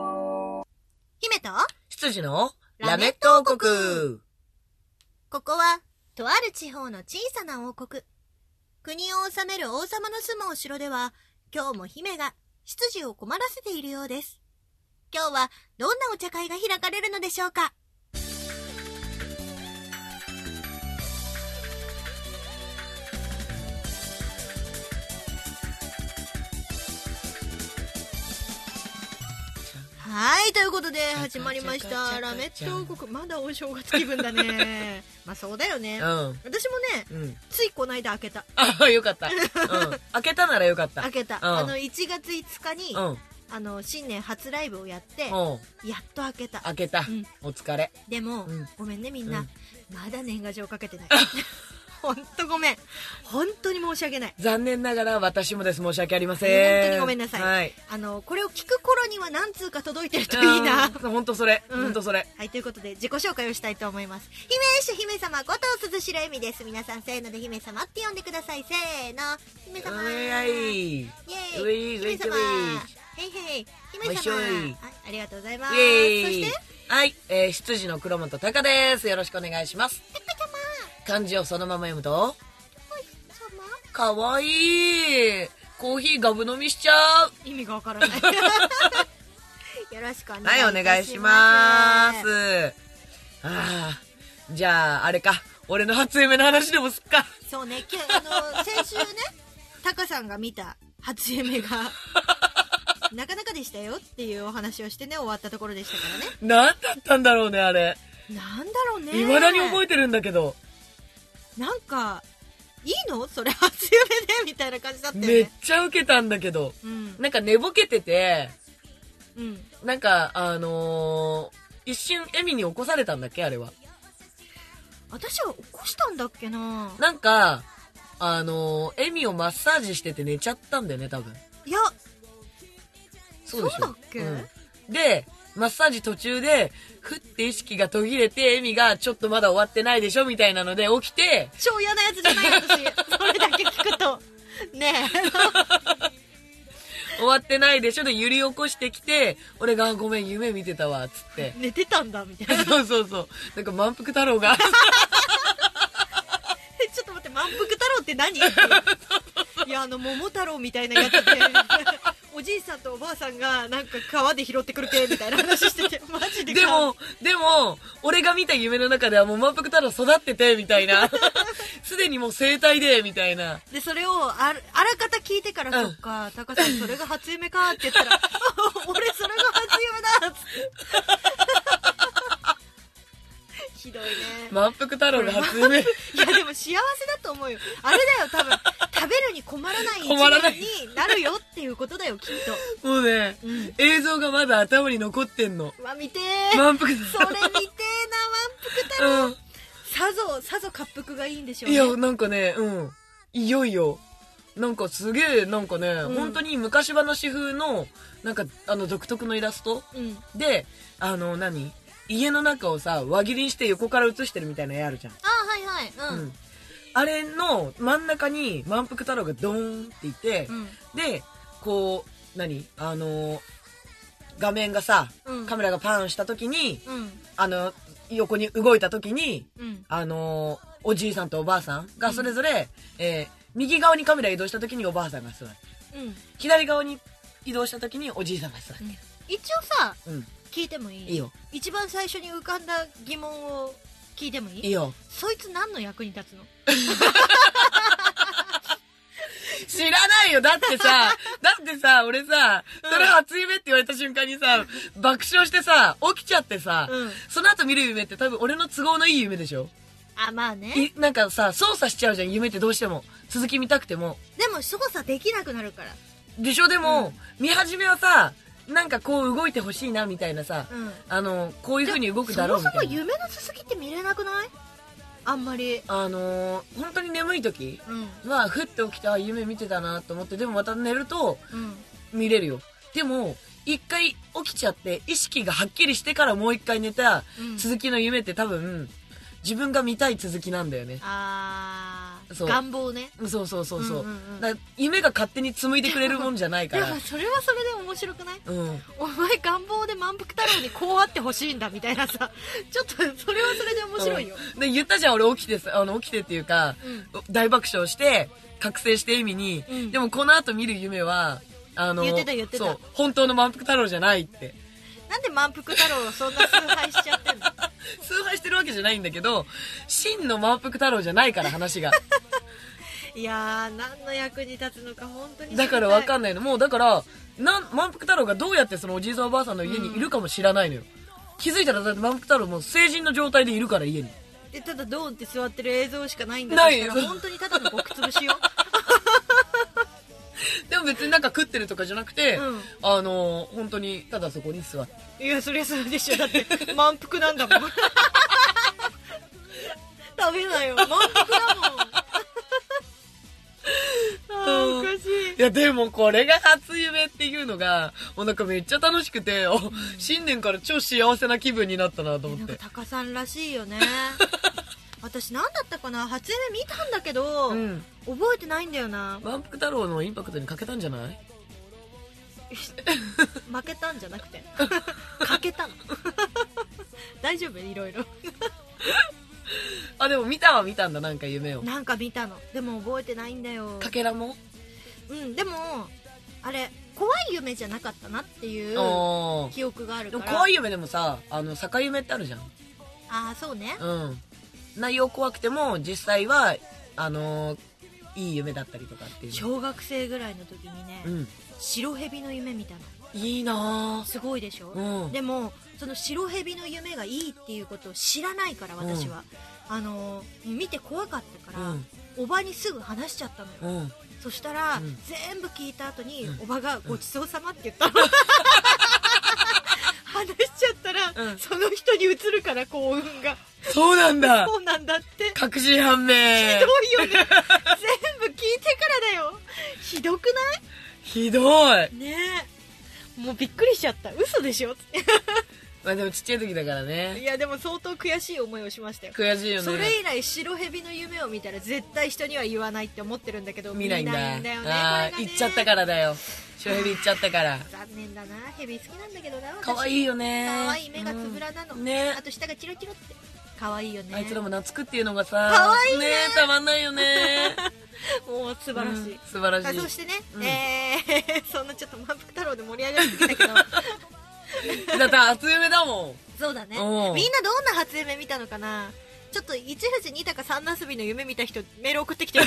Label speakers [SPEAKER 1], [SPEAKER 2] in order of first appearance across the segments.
[SPEAKER 1] 姫と、
[SPEAKER 2] 羊のラメット王国
[SPEAKER 1] ここは、とある地方の小さな王国。国を治める王様の住むお城では、今日も姫が執事を困らせているようです。今日はどんなお茶会が開かれるのでしょうかはい、ということで始まりました。ラメット王国、まだお正月気分だ ね。まあそうだよね。
[SPEAKER 2] うん。
[SPEAKER 1] 私もね、
[SPEAKER 2] うん。
[SPEAKER 1] ついこの間開けた。
[SPEAKER 2] あ、よかった。うん。開けたならよかった。
[SPEAKER 1] 開けた。
[SPEAKER 2] ん
[SPEAKER 1] あの、1月5日に、
[SPEAKER 2] うん。
[SPEAKER 1] あの、新年初ライブをやって、
[SPEAKER 2] うん。
[SPEAKER 1] やっと開けた。
[SPEAKER 2] 開けた
[SPEAKER 1] うん。
[SPEAKER 2] お疲れ。
[SPEAKER 1] でも、
[SPEAKER 2] うん
[SPEAKER 1] ごめんねみんな、
[SPEAKER 2] うん
[SPEAKER 1] まだ年賀状かけてない。 ほんとごめん。ほんとに申し訳ない。
[SPEAKER 2] 残念ながら私もです。申し訳ありません。
[SPEAKER 1] 本当にごめんなさい。
[SPEAKER 2] はい。
[SPEAKER 1] あの、これを聞く頃には何通か届いてるといいな。
[SPEAKER 2] 本当それ。
[SPEAKER 1] うん
[SPEAKER 2] 本当それ。
[SPEAKER 1] はい、ということで自己紹介をしたいと思います。姫主姫様こと鈴代恵美です。皆さんせーので姫様って呼んでください。せーの。姫
[SPEAKER 2] う
[SPEAKER 1] 様。イェーイ
[SPEAKER 2] えい。
[SPEAKER 1] 姫様
[SPEAKER 2] うえ
[SPEAKER 1] ヘ
[SPEAKER 2] い
[SPEAKER 1] イヘイ
[SPEAKER 2] お
[SPEAKER 1] 姫
[SPEAKER 2] いしょ
[SPEAKER 1] 様は
[SPEAKER 2] い
[SPEAKER 1] い、ありがとうございます。
[SPEAKER 2] う
[SPEAKER 1] そ
[SPEAKER 2] え
[SPEAKER 1] し
[SPEAKER 2] い
[SPEAKER 1] て、
[SPEAKER 2] はい。えー、羊の黒本隆です。よろしくお願いします。漢字をそのまま読むと、
[SPEAKER 1] 様
[SPEAKER 2] かわいい。コーヒーガブ飲みしちゃう。
[SPEAKER 1] 意味がわ からない。よろしくお願いいたします。
[SPEAKER 2] はい、お願いします。ああ、じゃあ、あれか。俺の初夢の話でもすっか。
[SPEAKER 1] そうね、きゅあの、先週ね、 タカさんが見た初夢 が、なかなかでしたよっていうお話をしてね、終わったところでしたからね。
[SPEAKER 2] 何だったんだろうね、あれ。
[SPEAKER 1] なんだろうね。
[SPEAKER 2] 未だに覚えてるんだけど。
[SPEAKER 1] なんか、いいのそれ初夢でみたいな感じだったよ
[SPEAKER 2] めっ
[SPEAKER 1] ね。
[SPEAKER 2] ちゃ受けたんだけど。
[SPEAKER 1] うん。
[SPEAKER 2] なんか寝ぼけてて、
[SPEAKER 1] うん。
[SPEAKER 2] なんか、あのー一瞬エミに起こされたんだっけ、あれは。
[SPEAKER 1] 私は起こしたんだっけな
[SPEAKER 2] なんか、あのーエミをマッサージしてて寝ちゃったんだよね、多分。
[SPEAKER 1] いや、
[SPEAKER 2] そうでし
[SPEAKER 1] そ
[SPEAKER 2] ょ
[SPEAKER 1] うだっけ
[SPEAKER 2] んで、マッサージ途中で、ふって意識が途切れて、エミがちょっとまだ終わってないでしょみたいなので起きて、
[SPEAKER 1] 超嫌なやつじゃない私。それだけ聞くと。ね
[SPEAKER 2] 終わってないでしょで揺り起こしてきて、俺があごめん、夢見てたわ、つって
[SPEAKER 1] え、。寝てたんだみたいな。
[SPEAKER 2] そうそうそう。なんか満腹太郎が、
[SPEAKER 1] えちょっと待って、満腹太郎って何っていや、あの、桃太郎みたいなやつで、 おじいさんとおばあさんが、なんか川で拾ってくる系みたいな話して て、マジ で
[SPEAKER 2] でも、でも、俺が見た夢の中ではもう満腹太郎育ってて、みた いな。すでにもう生体で、みたいな。
[SPEAKER 1] で、それをある、あらかた聞いてから、
[SPEAKER 2] うん
[SPEAKER 1] そっか、タカさん、それが初夢かって言ったら、 俺、それが初夢だっ つって。ひどいね。
[SPEAKER 2] 満腹太郎が初 夢。
[SPEAKER 1] いや、でも幸せだと思うよ。あれだよ、多分、食べるに困らない一
[SPEAKER 2] 困らない
[SPEAKER 1] 年になるよっていうことだよ、きっ
[SPEAKER 2] もうね、
[SPEAKER 1] と。うん。
[SPEAKER 2] 映像がまだ頭に残ってんの。
[SPEAKER 1] うわ、見てー。
[SPEAKER 2] 満腹
[SPEAKER 1] そ
[SPEAKER 2] 太
[SPEAKER 1] れ
[SPEAKER 2] 郎。
[SPEAKER 1] 見てーな、満腹太郎。
[SPEAKER 2] うん。
[SPEAKER 1] さぞ、さぞ、滑腹がいいんでしょう
[SPEAKER 2] い
[SPEAKER 1] ね。
[SPEAKER 2] や、なんかね、うん。いよいよ。なんかすげえ、なんかね、
[SPEAKER 1] ん
[SPEAKER 2] 本当に昔話風の、なんか、あの、独特のイラスト
[SPEAKER 1] うん。
[SPEAKER 2] で、あの、何家の中をさ、輪切りにして横から写してるみたいな絵あるじゃん。
[SPEAKER 1] あはいはい。う
[SPEAKER 2] うん
[SPEAKER 1] ん。
[SPEAKER 2] あれの真ん中に満腹太郎がドーンっていて、
[SPEAKER 1] うん。
[SPEAKER 2] で、こう、何あの、画面がさ、
[SPEAKER 1] うん。
[SPEAKER 2] カメラがパンした時に、
[SPEAKER 1] うん。
[SPEAKER 2] あの、横に動いた時に、
[SPEAKER 1] うん。
[SPEAKER 2] あのーおじいさんとおばあさんがそれぞれ、えー右側にカメラ移動した時におばあさんが座る。
[SPEAKER 1] うん。
[SPEAKER 2] 左側に移動した時におじいさんが座る。
[SPEAKER 1] 一応さ、
[SPEAKER 2] うん。
[SPEAKER 1] 聞いてもいい
[SPEAKER 2] いいよ。
[SPEAKER 1] 一番最初に浮かんだ疑問を聞いてもいい
[SPEAKER 2] いいよ。
[SPEAKER 1] そいつ何の役に立つの
[SPEAKER 2] 知らないよ。だっ てさ、だってさ、俺さ、それ初夢って言われた瞬間にさ、爆笑してさ、起きちゃってさ、
[SPEAKER 1] うん
[SPEAKER 2] その後見る夢って多分俺の都合のいい夢でしょ
[SPEAKER 1] あまあね
[SPEAKER 2] いなんかさ、操作しちゃうじゃん、夢ってどうしても。続き見たくても。
[SPEAKER 1] でも操作できなくなるから
[SPEAKER 2] でしょでも、見始めはさ、なんかこう動いてほしいな、みたいなさ、
[SPEAKER 1] うんこ
[SPEAKER 2] あの、こういう風に動くだろうみ
[SPEAKER 1] そ
[SPEAKER 2] た
[SPEAKER 1] も
[SPEAKER 2] い
[SPEAKER 1] そ
[SPEAKER 2] な。
[SPEAKER 1] も夢の続きって見れなくないあんまり
[SPEAKER 2] あのー本当に眠い時
[SPEAKER 1] うん
[SPEAKER 2] は、ふって起きた、あ夢見てたなと思って、でもまた寝ると
[SPEAKER 1] うん
[SPEAKER 2] 見れるよ。でも、一回起きちゃって、意識がはっきりしてからもう一回寝た
[SPEAKER 1] うん
[SPEAKER 2] 続きの夢って多分、自分が見たい続きなんだよね。
[SPEAKER 1] あ
[SPEAKER 2] そう
[SPEAKER 1] 願望ね。
[SPEAKER 2] そうそうそうそう,、
[SPEAKER 1] うんうんうん
[SPEAKER 2] だから夢が勝手に紡いでくれるもんじゃない
[SPEAKER 1] い
[SPEAKER 2] か
[SPEAKER 1] や
[SPEAKER 2] ら、
[SPEAKER 1] それはそれで面白くない
[SPEAKER 2] うん、
[SPEAKER 1] お前願望で満腹太郎にこうあってほしいんだみたいなさ、 ちょっとそれはそれで面白いよ。
[SPEAKER 2] うんで言ったじゃん俺起きてさあの起きてっていうか、大爆笑して覚醒して意味に、
[SPEAKER 1] うん
[SPEAKER 2] でもこの後見る夢はあの
[SPEAKER 1] 言ってた言ってた
[SPEAKER 2] そう本当の満腹太郎じゃないって
[SPEAKER 1] なんで満腹太郎をそんな崇拝しちゃってんの
[SPEAKER 2] 崇拝してるわけじゃないんだけど真の満腹太郎じゃないから 話が
[SPEAKER 1] いやー、何の役に立つのか本当に
[SPEAKER 2] だからわ
[SPEAKER 1] ん
[SPEAKER 2] かんないのもうだからなん満腹太郎がどうやってそのおじいさんおばあさんの家にいるかも知らないのよ、気づいたらだって満腹太郎もう成人の状態でいるから家に
[SPEAKER 1] でただドーンって座ってる映像しかないんだ
[SPEAKER 2] ない
[SPEAKER 1] から本当にただの僕潰しよ。
[SPEAKER 2] でも別になんか食ってるとかじゃなくて、
[SPEAKER 1] うん
[SPEAKER 2] あの本当にただそこに座って
[SPEAKER 1] いや、そりゃそうでしょ。だ って、満腹なんだ もん。食べないよ。満腹だもん。 あーおかしい。
[SPEAKER 2] いや、でもこれが初夢っていうのが、もうなんかめっちゃ楽しくて、お新年から超幸せな気分になったなと思
[SPEAKER 1] な
[SPEAKER 2] っ
[SPEAKER 1] んか
[SPEAKER 2] て。
[SPEAKER 1] タカさんらしい よね私何だったかな初夢見たんだけど、
[SPEAKER 2] うん。
[SPEAKER 1] 覚えてないんだよな
[SPEAKER 2] 満腹太郎のインパクトに欠けたんじゃない
[SPEAKER 1] 負けたんじゃなく て欠けたの大丈夫いろいろ
[SPEAKER 2] あ、でも見たは見たんだ、なんか夢を。
[SPEAKER 1] なんか見たのでも覚えてないんだよ
[SPEAKER 2] かけらも、
[SPEAKER 1] うんでもあれ怖い夢じゃなかったなっていう
[SPEAKER 2] おー
[SPEAKER 1] 記憶がある
[SPEAKER 2] で
[SPEAKER 1] か
[SPEAKER 2] も
[SPEAKER 1] ら
[SPEAKER 2] 怖い夢でもさ、あの、逆夢ってあるじゃん。
[SPEAKER 1] ああそうね
[SPEAKER 2] うん。内容怖くても、実際は、あのいい夢だったりとかっていうの。
[SPEAKER 1] 小学生ぐらいの時にね、
[SPEAKER 2] うん。
[SPEAKER 1] 白蛇の夢見たの
[SPEAKER 2] いいなぁ。
[SPEAKER 1] すごいでしょ、
[SPEAKER 2] うん。
[SPEAKER 1] でもその白蛇の夢がいいっていうことを知らないから私は、あのー見て怖かったか
[SPEAKER 2] う
[SPEAKER 1] ら、
[SPEAKER 2] ん。
[SPEAKER 1] おばにすぐ話しちゃったのよ、
[SPEAKER 2] うん。
[SPEAKER 1] そしたら、
[SPEAKER 2] うん
[SPEAKER 1] 全部聞いた後に、
[SPEAKER 2] うん
[SPEAKER 1] おばが「ごちそうさま」って言った の、話しちゃったら、
[SPEAKER 2] うん
[SPEAKER 1] その人に移るから幸運が
[SPEAKER 2] そうなん だ
[SPEAKER 1] そうなんだって
[SPEAKER 2] 確信判明
[SPEAKER 1] ひどいよね全部聞いてからだよひどくな
[SPEAKER 2] ひどい
[SPEAKER 1] いねえもうびっくりしちゃった嘘でしょ
[SPEAKER 2] まあでもちっちゃい時だか ら
[SPEAKER 1] い
[SPEAKER 2] ね。
[SPEAKER 1] やでも相当悔しい思いをしましたよ
[SPEAKER 2] 悔しいよね。
[SPEAKER 1] それ以来白蛇の夢を見たら絶対人には言わないって思ってるんだけど
[SPEAKER 2] 見ないんだ。
[SPEAKER 1] 見ないんだよね
[SPEAKER 2] あ
[SPEAKER 1] こ
[SPEAKER 2] あ、
[SPEAKER 1] れがね
[SPEAKER 2] 行っちゃったからだよ。白蛇行っちゃったから。
[SPEAKER 1] 残念だな蛇好きなんだけどな 私
[SPEAKER 2] 可愛いよね。
[SPEAKER 1] 可愛い目がつぶらなの、
[SPEAKER 2] うんね
[SPEAKER 1] あ。と舌がチロチロって可愛いよね
[SPEAKER 2] あいつらも懐くっていうのがさ、
[SPEAKER 1] 可愛いね
[SPEAKER 2] ねたまんないよね。
[SPEAKER 1] もう 素晴らしい、
[SPEAKER 2] うん素晴ら
[SPEAKER 1] あ
[SPEAKER 2] し
[SPEAKER 1] そ
[SPEAKER 2] い。
[SPEAKER 1] してね、
[SPEAKER 2] うん
[SPEAKER 1] えー、 そんなちょっと満腹太郎で盛り上がってきたけど
[SPEAKER 2] だって初夢だも
[SPEAKER 1] そうだねみん
[SPEAKER 2] おう
[SPEAKER 1] などんな初夢見たのかなちょっと一富士二鷹三遊びの夢見た人メール送ってきて よ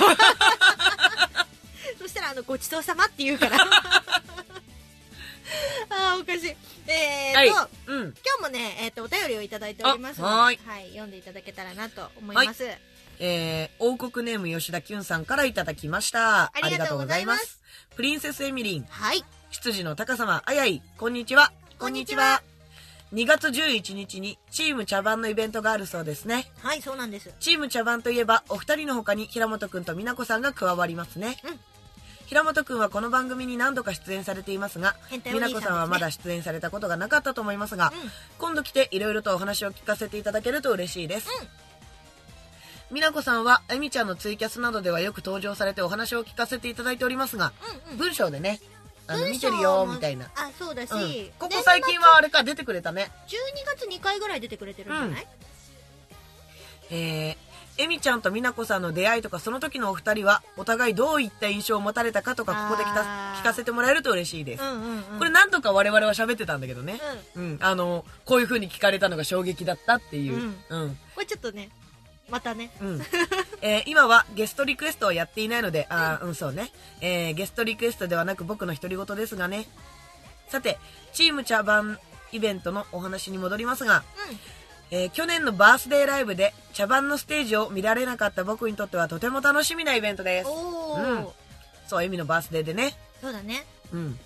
[SPEAKER 1] そしたらあのごちそうさまって言うから あーおかしいえー
[SPEAKER 2] ん。
[SPEAKER 1] と、
[SPEAKER 2] はい
[SPEAKER 1] 今。
[SPEAKER 2] うん。
[SPEAKER 1] 日もね、えー、とお便りをいただいておりますので
[SPEAKER 2] あはーい
[SPEAKER 1] 読んでいただけたらなと思います、
[SPEAKER 2] えー、王国ネーム吉田きゅんさんからいただきました。
[SPEAKER 1] ありがとうございます
[SPEAKER 2] ありがとうございます。プリンセスエミリン、
[SPEAKER 1] はい
[SPEAKER 2] 執事の高様、あやい、こんにちは。
[SPEAKER 1] こんにちは。
[SPEAKER 2] 2月11日にチーム茶番のイベントがあるそうですね。
[SPEAKER 1] はいそうなんです
[SPEAKER 2] チーム茶番といえば、お二人の他に平本くんと美奈子さんが加わりますね。
[SPEAKER 1] うん
[SPEAKER 2] 平本くんはこの番組に何度か出演されていますが、
[SPEAKER 1] 変態
[SPEAKER 2] 美
[SPEAKER 1] お兄さん
[SPEAKER 2] 奈子さんはまだ出演されたことがなかったと思いますが、
[SPEAKER 1] うん
[SPEAKER 2] 今度来ていろいろとお話を聞かせていただけると嬉しいです。
[SPEAKER 1] うん
[SPEAKER 2] 美奈子さんは、えみちゃんのツイキャスなどではよく登場されてお話を聞かせていただいておりますが、
[SPEAKER 1] うんうん
[SPEAKER 2] 文章でね、あの、
[SPEAKER 1] 文
[SPEAKER 2] 見
[SPEAKER 1] 章
[SPEAKER 2] て
[SPEAKER 1] も
[SPEAKER 2] るよ、みたいな。
[SPEAKER 1] あそうだし、
[SPEAKER 2] うん、ここ最近はあれか出てくれたね
[SPEAKER 1] 12月2回ぐらい出てくれてるんじゃない、
[SPEAKER 2] えー、えみちゃんとみなこさんの出会いとかその時のお二人はお互いどういった印象を持たれたかとかここで聞か
[SPEAKER 1] あー
[SPEAKER 2] 聞かせてもらえると嬉しいです、
[SPEAKER 1] うん、うんうん
[SPEAKER 2] これ何度か我々は喋ってたんだけどねうん、あのこういう風に聞かれたのが衝撃だったっていううんうん、
[SPEAKER 1] これちょっとねまたね
[SPEAKER 2] えー今はゲストリクエストをやっていないのであーうんそうね、えーゲストリクエストではなく僕の独り言ですがねさてチーム茶番イベントのお話に戻りますがえー去年のバースデーライブで茶番のステージを見られなかった僕にとってはとても楽しみなイベントで
[SPEAKER 1] うん
[SPEAKER 2] す
[SPEAKER 1] おお、
[SPEAKER 2] うんそうエミのバースデーでね
[SPEAKER 1] そうだね
[SPEAKER 2] うん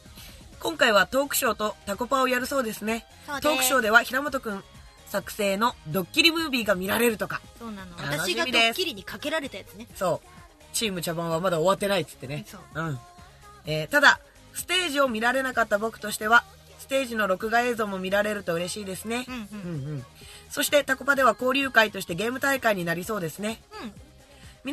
[SPEAKER 2] 今回はトークショーとタコパをやるそうですね
[SPEAKER 1] そう
[SPEAKER 2] トークショー
[SPEAKER 1] で
[SPEAKER 2] では平本くん作成のドッキリムービーが見られるとか
[SPEAKER 1] そうなの
[SPEAKER 2] 楽
[SPEAKER 1] 私
[SPEAKER 2] し
[SPEAKER 1] がド
[SPEAKER 2] みで
[SPEAKER 1] ッ
[SPEAKER 2] す
[SPEAKER 1] キリにかけられたやつね
[SPEAKER 2] そうチーム茶番はまだ終わってないっつってね
[SPEAKER 1] そう
[SPEAKER 2] うん、えーただステージを見られなかった僕としてはステージの録画映像も見られると嬉しいですね
[SPEAKER 1] うんうん
[SPEAKER 2] うんうんそしてタコパでは交流会としてゲーム大会になりそうですね
[SPEAKER 1] うん
[SPEAKER 2] み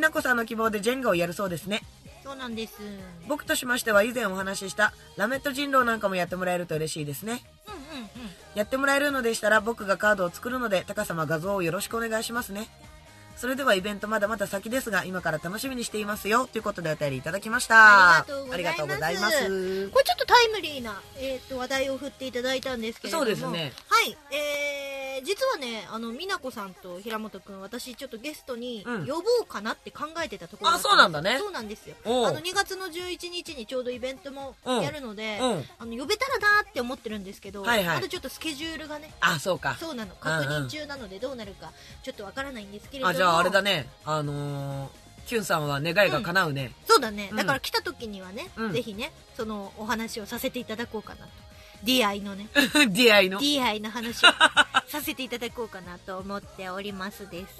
[SPEAKER 2] 美奈子さんの希望でジェンガをやるそうですね。
[SPEAKER 1] そうなんです。うん
[SPEAKER 2] 僕としましては以前お話ししたラメット人狼なんかもやってもらえると嬉しいですね。
[SPEAKER 1] うんうん。
[SPEAKER 2] やってもらえるのでしたら僕がカードを作るので、高様画像をよろしくお願いしますね。それではイベントまだまだ先ですが、今から楽しみにしていますよ。ということでお便りいただきました。
[SPEAKER 1] ありがとうござい
[SPEAKER 2] あ
[SPEAKER 1] ます
[SPEAKER 2] りがとうございま
[SPEAKER 1] これちょっとタイムリーな、えー、と話題を振っていただいたんですけれども
[SPEAKER 2] そうですね
[SPEAKER 1] はいえー、実はねあの美奈子さんと平本君私ちょっとゲストに
[SPEAKER 2] うん
[SPEAKER 1] 呼ぼうかなって考えてたところだった
[SPEAKER 2] あそうなんだね
[SPEAKER 1] そうなんですよあ
[SPEAKER 2] おう
[SPEAKER 1] の2月の11日にちょうどイベントも
[SPEAKER 2] うん
[SPEAKER 1] やるので、
[SPEAKER 2] うん
[SPEAKER 1] あの呼べたらなーって思ってるんですけど、
[SPEAKER 2] はいはい
[SPEAKER 1] まだちょっとスケジュールがね
[SPEAKER 2] あ、そうか。
[SPEAKER 1] そうなの
[SPEAKER 2] うんうん
[SPEAKER 1] 確認中なのでどうなるかちょっとわからないんですけれども
[SPEAKER 2] あ、じゃああれだね。あのー、キュンさんは願いが叶うね。
[SPEAKER 1] そうだね、
[SPEAKER 2] うん
[SPEAKER 1] だから来た時にはね、
[SPEAKER 2] うん
[SPEAKER 1] ぜひねそのお話をさせていただこうかなと DI のね
[SPEAKER 2] DI の。
[SPEAKER 1] DI の 話をさせていただこうかなと思っておりますです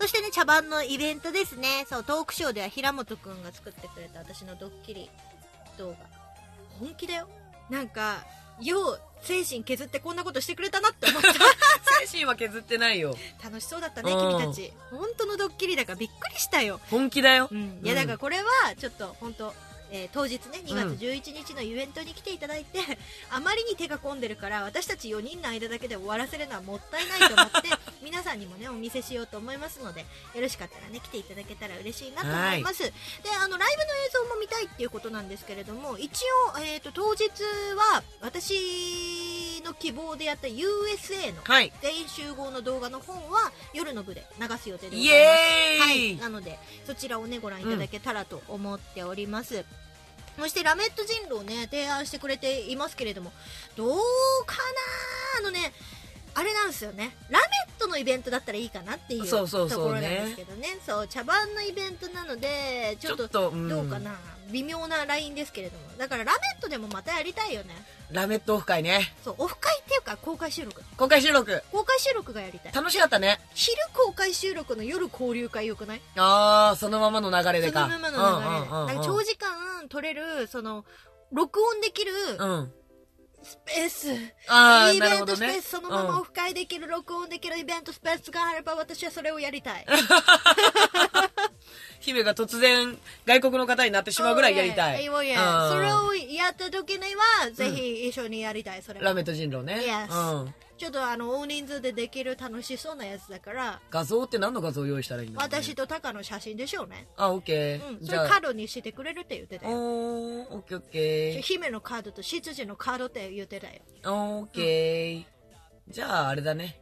[SPEAKER 1] そしてね茶番のイベントですねそうトークショーでは平本くんが作ってくれた私のドッキリ動画本気だよなんかよう精神削ってこんなことしてくれたなって思った
[SPEAKER 2] 精神は削ってないよ。
[SPEAKER 1] 楽しそうだったね
[SPEAKER 2] うん
[SPEAKER 1] 君たち本当のドッキリだからびっくりしたよ
[SPEAKER 2] 本気だよ。
[SPEAKER 1] うん、いや
[SPEAKER 2] うん
[SPEAKER 1] だからこれはちょっと本当、えー当日ね2
[SPEAKER 2] うん
[SPEAKER 1] 月11日のイベントに来ていただいて、 あまりに手が込んでるから私たち4人の間だけで終わらせるのはもったいないと思って 皆さんにもねお見せしようと思いますのでよろしかったらね来ていただけたら嬉しいなと思いますであのライブの映像も見たいっていうことなんですけれども一応、えー、と当日は私の希望でやった USA の
[SPEAKER 2] はい。
[SPEAKER 1] 全員集合の動画の本は夜の部で流す予定でございます
[SPEAKER 2] イエ
[SPEAKER 1] は
[SPEAKER 2] ーイ、
[SPEAKER 1] い、なのでそちらをねご覧いただけたらと思っております、そしてラメット人狼ね提案してくれていますけれどもどうかなあのねあれなんですよねラメットのイベントだったらいいかなっていうと
[SPEAKER 2] そ
[SPEAKER 1] こ
[SPEAKER 2] うそうそう
[SPEAKER 1] ろなん
[SPEAKER 2] ね
[SPEAKER 1] ですけどねそう茶番のイベントなのでちょっと
[SPEAKER 2] と、ん
[SPEAKER 1] どうかな、微妙なラインですけれどもだからラメットでもまたやりたいよね
[SPEAKER 2] ラメットオフ会ね。
[SPEAKER 1] そうオフ会っていうか公開収録
[SPEAKER 2] 公開収録。
[SPEAKER 1] 公開収録がやりたい
[SPEAKER 2] 楽しかったね。
[SPEAKER 1] 昼公開収録の夜交流会よくない
[SPEAKER 2] ああ、そのままの流れで
[SPEAKER 1] そ
[SPEAKER 2] か。
[SPEAKER 1] のままの流れで。
[SPEAKER 2] うんうんうんうん
[SPEAKER 1] なんか長時間撮れる、その、録音できる
[SPEAKER 2] うん。
[SPEAKER 1] スペース、
[SPEAKER 2] あ
[SPEAKER 1] イ
[SPEAKER 2] あ、なる
[SPEAKER 1] ベ
[SPEAKER 2] ほ
[SPEAKER 1] ント
[SPEAKER 2] ど
[SPEAKER 1] スペース、
[SPEAKER 2] ね。
[SPEAKER 1] そのまま
[SPEAKER 2] う
[SPEAKER 1] オ
[SPEAKER 2] ん
[SPEAKER 1] フ会できる、録音できるイベントスペースがあれば私はそれをやり たい。
[SPEAKER 2] 姫が突然外国の方になってしまうぐらいやりたい。
[SPEAKER 1] そうね
[SPEAKER 2] うん
[SPEAKER 1] それをやった時には、ぜひ一緒にやりたい、それは
[SPEAKER 2] ラメット人狼ね。
[SPEAKER 1] Yes
[SPEAKER 2] うん。
[SPEAKER 1] ちょっとあの、大人数でできる楽しそうなやつだから、
[SPEAKER 2] 画像って何の画像を用意したらいいんだろうね
[SPEAKER 1] 私。とタカの写真でしょうね。
[SPEAKER 2] あ、オッケ
[SPEAKER 1] う
[SPEAKER 2] ー。
[SPEAKER 1] ん。
[SPEAKER 2] じ
[SPEAKER 1] それ
[SPEAKER 2] ゃ
[SPEAKER 1] カ
[SPEAKER 2] あ
[SPEAKER 1] ー。ドにしてくれるって言ってた
[SPEAKER 2] おー
[SPEAKER 1] よ。、
[SPEAKER 2] オッケーオッケ
[SPEAKER 1] 姫のカードと執事のカードって言ってたよ。
[SPEAKER 2] ー。オッケー。じゃあ、あれだね。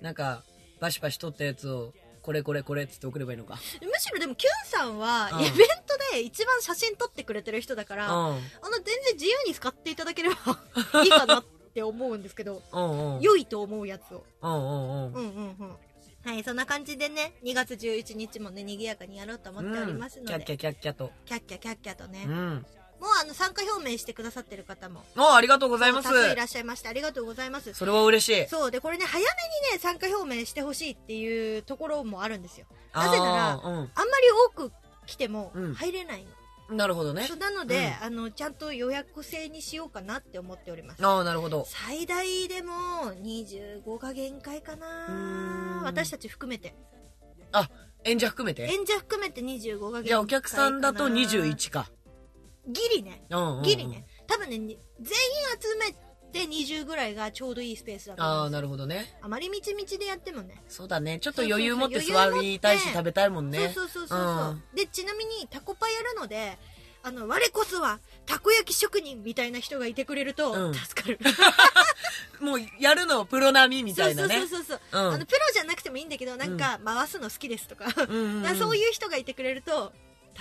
[SPEAKER 2] なんか、バシバシ撮ったやつを、これこれこれっつって送ればいいのか。
[SPEAKER 1] むしろでもキュンさんは
[SPEAKER 2] うん
[SPEAKER 1] イベントで一番写真撮ってくれてる人だから、あ
[SPEAKER 2] うん。
[SPEAKER 1] の全然自由に使っていただければいいかなって思うんですけど
[SPEAKER 2] うんうん。
[SPEAKER 1] 良いと思うやつを
[SPEAKER 2] うんうんうん
[SPEAKER 1] う。んうんうんはいそんな感じでね2月11日もね賑やかにやろうと思っておりますので、
[SPEAKER 2] うんキャッキャキャッキャと。
[SPEAKER 1] キャッキャキャッキャとね、
[SPEAKER 2] う。
[SPEAKER 1] もうんあの参加表明してくださってる方も
[SPEAKER 2] あ、ありがとうございま
[SPEAKER 1] 多
[SPEAKER 2] す。
[SPEAKER 1] 数いらっしゃいましてありがとうございます
[SPEAKER 2] それは嬉しい。
[SPEAKER 1] そうでこれね早めにね参加表明してほしいっていうところもあるんですよなぜなら
[SPEAKER 2] あー
[SPEAKER 1] あんまり多く来ても
[SPEAKER 2] うん
[SPEAKER 1] 入れないの、
[SPEAKER 2] うん。なるほどね
[SPEAKER 1] そう。なので、あのちゃんと予約制にしようかなって思っております
[SPEAKER 2] ああ、なるほど。
[SPEAKER 1] 最大でも25が限界か
[SPEAKER 2] うー
[SPEAKER 1] なん私たち含めて
[SPEAKER 2] あ、演者含めて。
[SPEAKER 1] 演者含めて25が限界かな
[SPEAKER 2] じゃあお客さんだと21か。
[SPEAKER 1] ギリね
[SPEAKER 2] うんうんうん
[SPEAKER 1] ギリね。多分ねに全員集めて20ぐらいがちょうどいいスペースだと
[SPEAKER 2] あ
[SPEAKER 1] 思う
[SPEAKER 2] あ、
[SPEAKER 1] んです
[SPEAKER 2] なるほどね。
[SPEAKER 1] あまりみちみちでやってもね
[SPEAKER 2] そうだね。ちょっと
[SPEAKER 1] そうそうそう
[SPEAKER 2] 余裕持って座
[SPEAKER 1] 余裕持
[SPEAKER 2] り
[SPEAKER 1] って
[SPEAKER 2] たいし食べたいもんね。
[SPEAKER 1] そうそうそうそうそう、
[SPEAKER 2] うん
[SPEAKER 1] でちなみにタコパやるのであの我こそはたこ焼き職人みたいな人がいてくれる
[SPEAKER 2] う
[SPEAKER 1] と
[SPEAKER 2] ん
[SPEAKER 1] 助かる、
[SPEAKER 2] もうやるのプロ並 みみたいな
[SPEAKER 1] そ
[SPEAKER 2] ね
[SPEAKER 1] う。そうそうそう、
[SPEAKER 2] うん
[SPEAKER 1] あのプロじゃなくてもいいんだけどなんか回すの好きですとか,、
[SPEAKER 2] うんうんうん
[SPEAKER 1] そういう人がいてくれると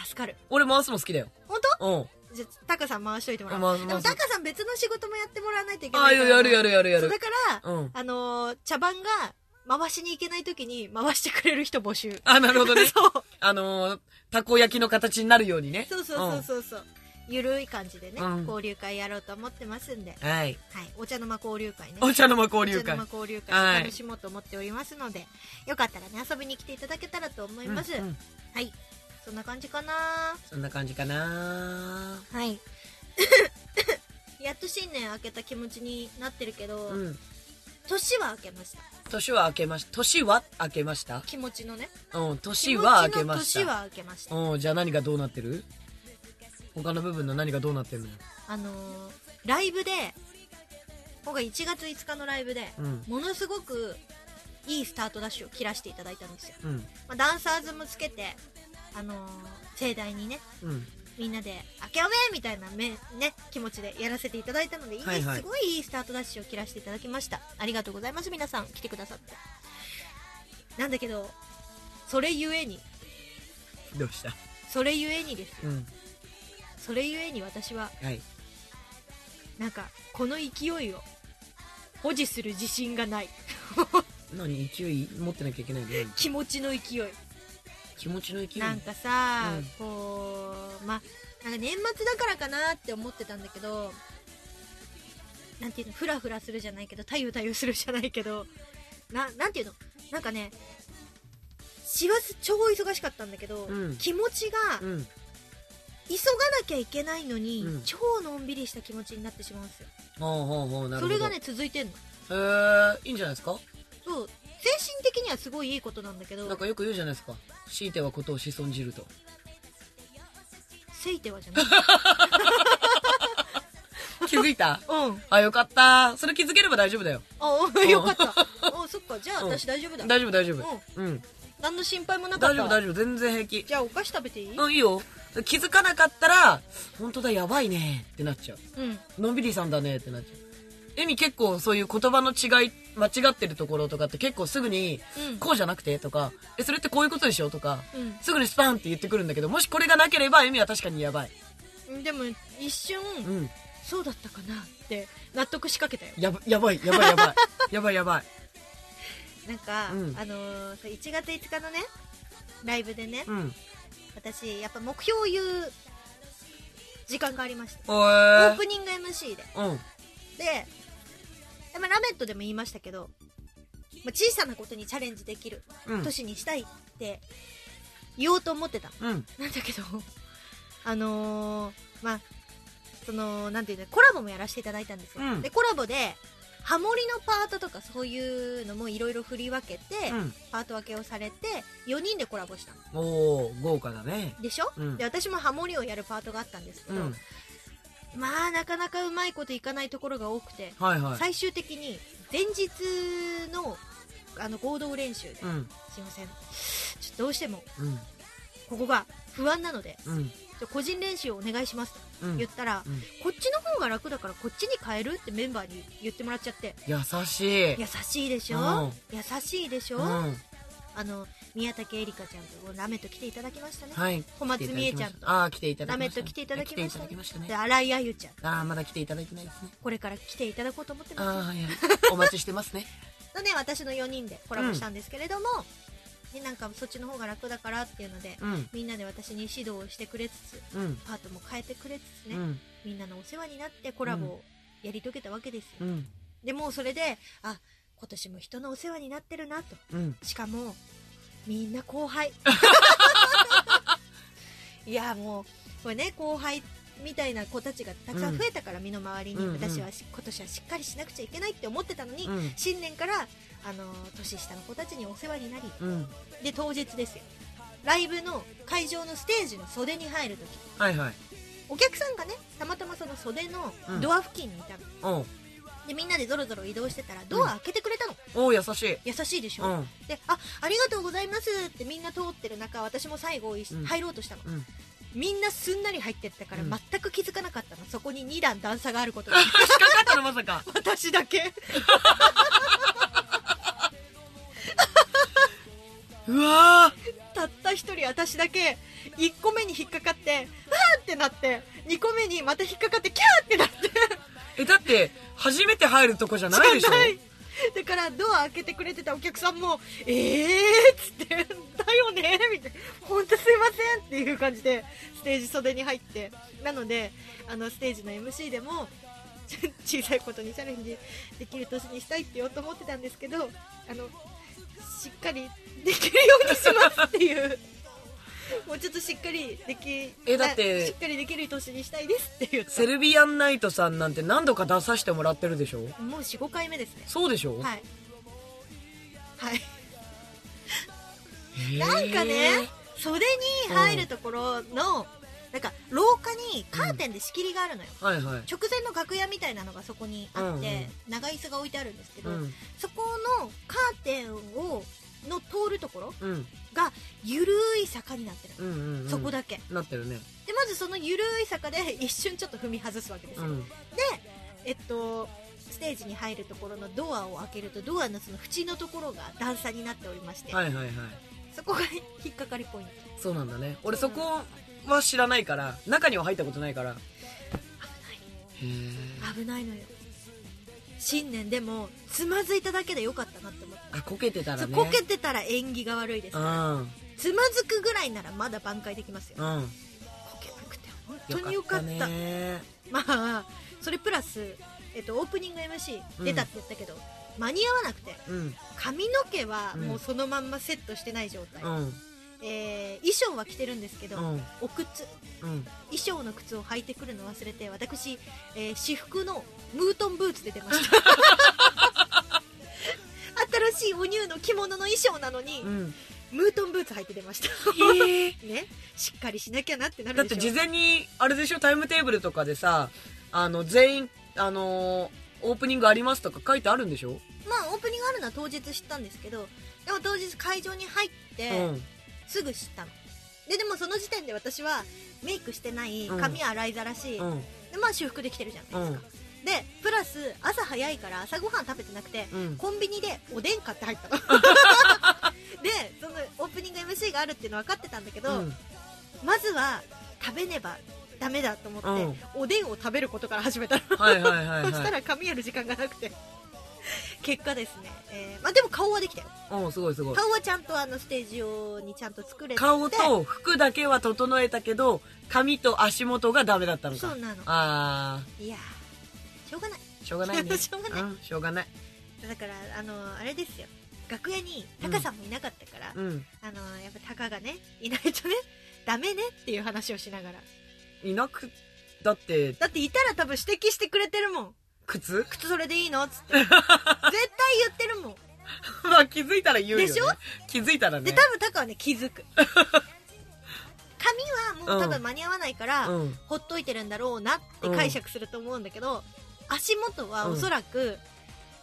[SPEAKER 1] 助かる
[SPEAKER 2] 俺回すの好きだよ。
[SPEAKER 1] 本
[SPEAKER 2] うん。
[SPEAKER 1] 当じゃあタカさん回しといてもら
[SPEAKER 2] まあ
[SPEAKER 1] う
[SPEAKER 2] まあ
[SPEAKER 1] でもタカさん別の仕事もやってもらわないといけ
[SPEAKER 2] あ
[SPEAKER 1] な
[SPEAKER 2] あ、
[SPEAKER 1] いから
[SPEAKER 2] やるやるやるや
[SPEAKER 1] そうだ。
[SPEAKER 2] る
[SPEAKER 1] から、
[SPEAKER 2] うん。
[SPEAKER 1] あのー茶番が回しに行けない時に回してくれる人募集
[SPEAKER 2] あなるほど ね。
[SPEAKER 1] そう
[SPEAKER 2] あのー、たこ焼きの形になるようにね。
[SPEAKER 1] そうそうそうそうそうゆるい感じでね、
[SPEAKER 2] うん
[SPEAKER 1] 交流会やろうと思ってますんで、
[SPEAKER 2] うん。はい。
[SPEAKER 1] はい、お茶の間交流会ね
[SPEAKER 2] お茶の間交流会
[SPEAKER 1] お。茶の間交流
[SPEAKER 2] は
[SPEAKER 1] 会
[SPEAKER 2] い
[SPEAKER 1] 楽しもうと思っておりますので、よかったらね遊びに来ていただけたらと思います、
[SPEAKER 2] うんうん
[SPEAKER 1] はいそんな感じかな
[SPEAKER 2] そんな感じかな
[SPEAKER 1] はい やっと新年明けた気持ちになってるけど、
[SPEAKER 2] うん。
[SPEAKER 1] 年は明けました。
[SPEAKER 2] 年は明けました。年は明けました。
[SPEAKER 1] 気持ちのね。
[SPEAKER 2] うん、年は明け
[SPEAKER 1] 気持ちの
[SPEAKER 2] ま
[SPEAKER 1] 年
[SPEAKER 2] した。
[SPEAKER 1] は明けました。
[SPEAKER 2] うん、じゃあ何がどうなってる他の部分の何がどうなってるのよ。
[SPEAKER 1] あのーライブで、今回1月5日のライブで、
[SPEAKER 2] うん。
[SPEAKER 1] ものすごくいいスタートダッシュを切らしていただいたんですよ。
[SPEAKER 2] うん。
[SPEAKER 1] まあ、ダンサーズもつけて、あのー盛大にね、
[SPEAKER 2] うん。
[SPEAKER 1] みんなで、明けおめみたいなめ、ね、気持ちでやらせていただいたので、いい
[SPEAKER 2] はいはい
[SPEAKER 1] すごいいいスタートダッシュを切らせていただきました。ありがとうございます、皆さん。来てくださって。なんだけど、それゆえに、
[SPEAKER 2] どうした
[SPEAKER 1] それゆえにですよ。
[SPEAKER 2] うん。
[SPEAKER 1] それゆえに私は、
[SPEAKER 2] はい。
[SPEAKER 1] なんか、この勢いを、保持する自信がない。
[SPEAKER 2] 何勢い持ってなきゃいけないの何
[SPEAKER 1] 気持ちの勢い。
[SPEAKER 2] 気持ちの勢い
[SPEAKER 1] なんかさ、
[SPEAKER 2] うん
[SPEAKER 1] こうまあなんか年末だからかなって思ってたんだけどなんていうのフラフラするじゃないけど太陽太陽するじゃないけどななんていうのなんかね師走超忙しかったんだけど、
[SPEAKER 2] うん
[SPEAKER 1] 気持ちが
[SPEAKER 2] うん。
[SPEAKER 1] 急がなきゃいけないのに、
[SPEAKER 2] うん
[SPEAKER 1] 超のんびりした気持ちになってしまうんですよ
[SPEAKER 2] ほうほうほう、なる
[SPEAKER 1] そ
[SPEAKER 2] ほど。
[SPEAKER 1] れがね続いてんの
[SPEAKER 2] へー、いいんじゃないですか
[SPEAKER 1] そう精神的にはすごいいいことなんだけど
[SPEAKER 2] なんかよく言うじゃないですか。強いてはことを子孫じると。
[SPEAKER 1] せいてはじ ゃない
[SPEAKER 2] 気づいた
[SPEAKER 1] うん
[SPEAKER 2] あ、よかった。それ気づければ大丈夫だよ。
[SPEAKER 1] あよか ったあそっかじゃあ
[SPEAKER 2] うん
[SPEAKER 1] 私大丈夫だ
[SPEAKER 2] 大丈夫、大丈夫。
[SPEAKER 1] う
[SPEAKER 2] うん。
[SPEAKER 1] ん、何の心配もなかった
[SPEAKER 2] 大丈夫、大丈夫。全然平気。
[SPEAKER 1] じゃあお菓子食べていい
[SPEAKER 2] うん、いいよ。気づかなかったら、本当だ、やばいねってなっちゃう。
[SPEAKER 1] うん
[SPEAKER 2] のんびりさんだねってなっちゃう。エミ結構そういう言葉の違い、間違ってるところとかって結構すぐに、
[SPEAKER 1] うん
[SPEAKER 2] こうじゃなくてとか、え、それってこういうことでしょとか、
[SPEAKER 1] うん
[SPEAKER 2] すぐにスパンって言ってくるんだけど、もしこれがなければエミは確かにやばい。
[SPEAKER 1] でも一瞬、
[SPEAKER 2] うん。
[SPEAKER 1] そうだったかなって納得しかけたよ
[SPEAKER 2] やば、やばい、やばい、やば い。やばい、やばい。
[SPEAKER 1] なんか、
[SPEAKER 2] うん
[SPEAKER 1] あのーそう1月5日のねライブでね、
[SPEAKER 2] うん。
[SPEAKER 1] 私やっぱ目標を言う時間がありました
[SPEAKER 2] お
[SPEAKER 1] オ
[SPEAKER 2] え
[SPEAKER 1] ープニング MC で
[SPEAKER 2] うん。
[SPEAKER 1] で、まあ、ラメットでも言いましたけど、まあ、小さなことにチャレンジできる
[SPEAKER 2] うん。
[SPEAKER 1] 年にしたいって言おうと思ってた
[SPEAKER 2] うん。
[SPEAKER 1] なんだけど、 あのーまあ、その、なんていうの、コラボもやらせていただいたんですよ。
[SPEAKER 2] うん
[SPEAKER 1] で、コラボで、ハモリのパートとかそういうのもいろいろ振り分けて、
[SPEAKER 2] うん。
[SPEAKER 1] パート分けをされて、4人でコラボしたの
[SPEAKER 2] おー、豪華だね。
[SPEAKER 1] でしょ、
[SPEAKER 2] うん
[SPEAKER 1] で、私もハモリをやるパートがあったんですけ
[SPEAKER 2] う
[SPEAKER 1] ど、
[SPEAKER 2] ん。
[SPEAKER 1] まあ、なかなかうまいこといかないところが多くて、
[SPEAKER 2] はいはい。
[SPEAKER 1] 最終的に、前日の、あの、合同練習で、
[SPEAKER 2] うん。
[SPEAKER 1] すいません。ちょっとどうしても、
[SPEAKER 2] うん。
[SPEAKER 1] ここが不安なので、
[SPEAKER 2] うん。
[SPEAKER 1] ちょ個人練習をお願いしますと
[SPEAKER 2] うん。
[SPEAKER 1] 言ったら、
[SPEAKER 2] うん
[SPEAKER 1] こっちの方が楽だからこっちに変えるってメンバーに言ってもらっちゃって
[SPEAKER 2] 優しい。
[SPEAKER 1] 優しいでしょ、
[SPEAKER 2] うん
[SPEAKER 1] 優しいでしょ、
[SPEAKER 2] うん。
[SPEAKER 1] あの宮武絵里香ちゃんとラメット来ていただきましたね、
[SPEAKER 2] はい。
[SPEAKER 1] 小松美恵ちゃんと
[SPEAKER 2] ああー、来ていただ
[SPEAKER 1] ラ
[SPEAKER 2] き
[SPEAKER 1] メ
[SPEAKER 2] ま
[SPEAKER 1] ッ
[SPEAKER 2] した。
[SPEAKER 1] ト来ていただきました
[SPEAKER 2] 来ていただき
[SPEAKER 1] ね
[SPEAKER 2] ました
[SPEAKER 1] で
[SPEAKER 2] ね。
[SPEAKER 1] 新井あゆちゃん
[SPEAKER 2] ああ、まだ来ていただいてないですね。
[SPEAKER 1] これから来ていただこうと思って
[SPEAKER 2] ああ、
[SPEAKER 1] ま
[SPEAKER 2] はいはい。 お待ちしてますね。
[SPEAKER 1] すのね私の4人でコラボしたんですけれども、ねなんかそっちの方が楽だからっていうので
[SPEAKER 2] うん。
[SPEAKER 1] みんなで私に指導をしてくれつつ
[SPEAKER 2] うん。
[SPEAKER 1] パートも変えてくれつつ
[SPEAKER 2] う
[SPEAKER 1] ね、
[SPEAKER 2] ん。
[SPEAKER 1] みんなのお世話になってコラボをやり遂げたわけですよ、
[SPEAKER 2] うん。
[SPEAKER 1] でもうそれであ今年も人のお世話になってるなと
[SPEAKER 2] うん。
[SPEAKER 1] しかもみんな後 輩いやもうこれね後輩みたいな子たちがたくさん増えたから、身の回りに、
[SPEAKER 2] うんうん
[SPEAKER 1] 私はし今年はしっかりしなくちゃいけないって思ってたのに、
[SPEAKER 2] うん。
[SPEAKER 1] 新年からあの年下の子たちにお世話になり
[SPEAKER 2] うん。
[SPEAKER 1] で当日ですよライブの会場のステージの袖に入るとき
[SPEAKER 2] はいはい。
[SPEAKER 1] お客さんがねたまたまその袖のドア付近にいたの、
[SPEAKER 2] おう。
[SPEAKER 1] でみんなでぞろぞろ移動してたらドア開けてくれたの、
[SPEAKER 2] おう、優しい。
[SPEAKER 1] 優しいでしょ、
[SPEAKER 2] うん。
[SPEAKER 1] で「あありがとうございます」ってみんな通ってる中私も最後い
[SPEAKER 2] うん
[SPEAKER 1] 入ろうとしたの、
[SPEAKER 2] うん。
[SPEAKER 1] みんなすんなり入ってったから
[SPEAKER 2] うん
[SPEAKER 1] 全く気づかなかったのそこに2段段差があることに
[SPEAKER 2] 引っかかったのまさか。
[SPEAKER 1] 私だけ
[SPEAKER 2] うわ
[SPEAKER 1] たった一人私だけ1個目に引っかかって「あーってなって2個目にまた引っかかってキャーってなって
[SPEAKER 2] ー。え、だって、初めて入るとこじゃないでしょ
[SPEAKER 1] だからドア開けてくれてたお客さんも「えー」っつって「だよね」みたいな「ほんとすいません」っていう感じでステージ袖に入ってなのであのステージの MC でもちょ小さいことにチャレンジできる年にしたいって言おうと思ってたんですけ どあのしっかりできるようにしますっていうもうちょっとしっかりでき
[SPEAKER 2] えだって
[SPEAKER 1] あしっかりできる年にしたいですって言った
[SPEAKER 2] セルビアンナイトさんなんて何度か出させてもらってるでしょ
[SPEAKER 1] もう45回目ですね
[SPEAKER 2] そうでしょ、
[SPEAKER 1] はいはい
[SPEAKER 2] へー
[SPEAKER 1] なんかね袖に入るところのなんか廊下にカーテンで仕切りがあるのよ、
[SPEAKER 2] はいはい
[SPEAKER 1] 直前の楽屋みたいなのがそこにあって、長椅子が置いてあるんですけ
[SPEAKER 2] う
[SPEAKER 1] ど、
[SPEAKER 2] ん
[SPEAKER 1] そこのカーテンをの通るところ
[SPEAKER 2] うん
[SPEAKER 1] がゆるい坂になってる
[SPEAKER 2] うんうん、うん、
[SPEAKER 1] そこだけ
[SPEAKER 2] なってるね
[SPEAKER 1] でまずそのゆるい坂で一瞬ちょっと踏み外すわけです
[SPEAKER 2] う
[SPEAKER 1] よ、
[SPEAKER 2] ん
[SPEAKER 1] えっとステージに入るところのドアを開けるとドアのその縁のところが段差になっておりまして、
[SPEAKER 2] はいはいはい
[SPEAKER 1] そこが引っかかりポイント
[SPEAKER 2] そうなんだね俺そこは知らないから中には入ったことないからへえ
[SPEAKER 1] 危ない危ないのよ新年でもつまずいただけでよかったなって思って
[SPEAKER 2] あこけてたら
[SPEAKER 1] そう
[SPEAKER 2] ね
[SPEAKER 1] こけてたら縁起が悪いです
[SPEAKER 2] う
[SPEAKER 1] から
[SPEAKER 2] んうん
[SPEAKER 1] つまずくぐらいならまだ挽回できますよこけなくて本当によかった
[SPEAKER 2] ね
[SPEAKER 1] まあそれプラス、えっと、オープニング MC
[SPEAKER 2] うん
[SPEAKER 1] 出たって言ったけど、間に合わなくて
[SPEAKER 2] うん
[SPEAKER 1] 髪の毛はもうそのまんまセットしてない状態、
[SPEAKER 2] うん
[SPEAKER 1] えー衣装は着てるんですけど、
[SPEAKER 2] うん
[SPEAKER 1] お靴
[SPEAKER 2] うん
[SPEAKER 1] 衣装の靴を履いてくるの忘れて私、えー私服のムートンブーツで出ました 新しいお乳の着物の衣装なのに、
[SPEAKER 2] うん
[SPEAKER 1] ムートンブーツ履いて出 ました
[SPEAKER 2] へえ
[SPEAKER 1] ねしっかりしなきゃなってな
[SPEAKER 2] だ
[SPEAKER 1] る
[SPEAKER 2] っ
[SPEAKER 1] で
[SPEAKER 2] て
[SPEAKER 1] し
[SPEAKER 2] 事
[SPEAKER 1] ょ
[SPEAKER 2] 前にあれでしょタイムテーブルとかでさあの全員あのーオープニングありますとか書いてあるんでしょ、
[SPEAKER 1] まあオープニングあるのは当日知ったんですけどでも当日会場に入って、
[SPEAKER 2] うん
[SPEAKER 1] すぐ知ったのででもその時点で私はメイクしてない
[SPEAKER 2] うん
[SPEAKER 1] 髪洗いざらし、
[SPEAKER 2] うん
[SPEAKER 1] でまあ修復できてるじゃないですか、でプラス朝早いから朝ごはん食べてなくて、
[SPEAKER 2] うん
[SPEAKER 1] コンビニでおでん買って入ったの でそのオープニング MC があるっていうの分かってたんだけど、
[SPEAKER 2] うん
[SPEAKER 1] まずは食べねばダメだと思って、
[SPEAKER 2] うん
[SPEAKER 1] おでんを食べることから始めたの、
[SPEAKER 2] はいはいはい、はい、
[SPEAKER 1] そしたら髪やる時間がなくて結果ですね、えーまあ、でも顔はできたよ
[SPEAKER 2] うんすごいすごい
[SPEAKER 1] 顔はちゃんとあのステージ用にちゃんと作れて
[SPEAKER 2] 顔と服だけは整えたけど髪と足元がダメだったのか
[SPEAKER 1] そうなの
[SPEAKER 2] あ
[SPEAKER 1] いやーしょうがない
[SPEAKER 2] ーしょうがな いね
[SPEAKER 1] しょうがない
[SPEAKER 2] んしょうがない
[SPEAKER 1] だからあのあれですよ楽屋にタカさんもいなかったから、
[SPEAKER 2] うん
[SPEAKER 1] あのやっぱタカがねいないとね ダメねっていう話をしながら
[SPEAKER 2] いなくだって
[SPEAKER 1] だっていたら多分指摘してくれてるもん
[SPEAKER 2] 靴
[SPEAKER 1] 靴それでいいのっつって絶対言ってるもん
[SPEAKER 2] まあ気づいたら言うよ、ね、
[SPEAKER 1] でしょ
[SPEAKER 2] 気づいたらね
[SPEAKER 1] で多分タカはね気づ く髪はもう多分間に合わないから、
[SPEAKER 2] うん
[SPEAKER 1] ほっといてるんだろうなって解釈すると思うんだけど、足元はおそらく、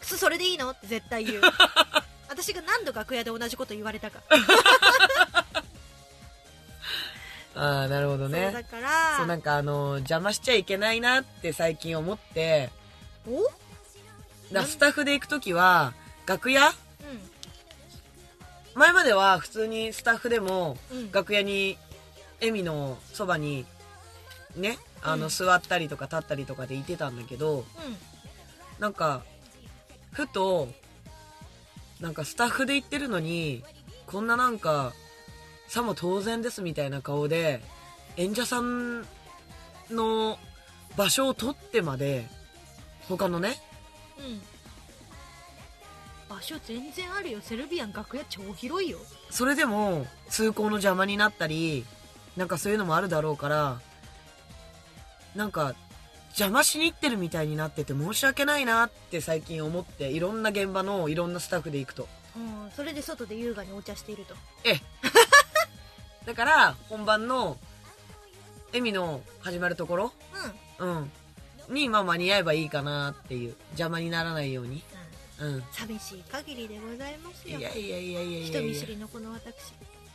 [SPEAKER 1] 靴それでいいのって絶対言 う私が何度楽屋で同じこと言われたか、
[SPEAKER 2] ああなるほど
[SPEAKER 1] そう
[SPEAKER 2] ね
[SPEAKER 1] だか
[SPEAKER 2] そうな
[SPEAKER 1] ら
[SPEAKER 2] んかあのー邪魔しちゃいけないなって最近思って
[SPEAKER 1] おうん
[SPEAKER 2] だ
[SPEAKER 1] なん
[SPEAKER 2] スタッフで行く時は楽屋前までは普通にスタッフでも
[SPEAKER 1] うん
[SPEAKER 2] 楽屋にエミのそばにねあ
[SPEAKER 1] う
[SPEAKER 2] の
[SPEAKER 1] ん
[SPEAKER 2] 座ったりとか立ったりとかでいてたんだけどなんかふとなんかスタッフで行ってるのにこんななんかさも当然ですみたいな顔で演者さんの場所を取ってまで他のね
[SPEAKER 1] うんうん場所全然あるよセルビアン楽屋超広いよ
[SPEAKER 2] それでも通行の邪魔になったりなんかそういうのもあるだろうからなんか邪魔しに行ってるみたいになってて申し訳ないなって最近思っていろんな現場のいろんなスタッフで行くと
[SPEAKER 1] うんそれで外で優雅にお茶していると
[SPEAKER 2] ええだから本番のエミの始まるところ
[SPEAKER 1] うん、うん、
[SPEAKER 2] うんにまあ間に合えばいいかなっていう邪魔にならないようにうん
[SPEAKER 1] 寂しい限りでございます
[SPEAKER 2] い
[SPEAKER 1] よ
[SPEAKER 2] やいやいやいやいや
[SPEAKER 1] 人
[SPEAKER 2] い
[SPEAKER 1] 見
[SPEAKER 2] や
[SPEAKER 1] 知りのこの私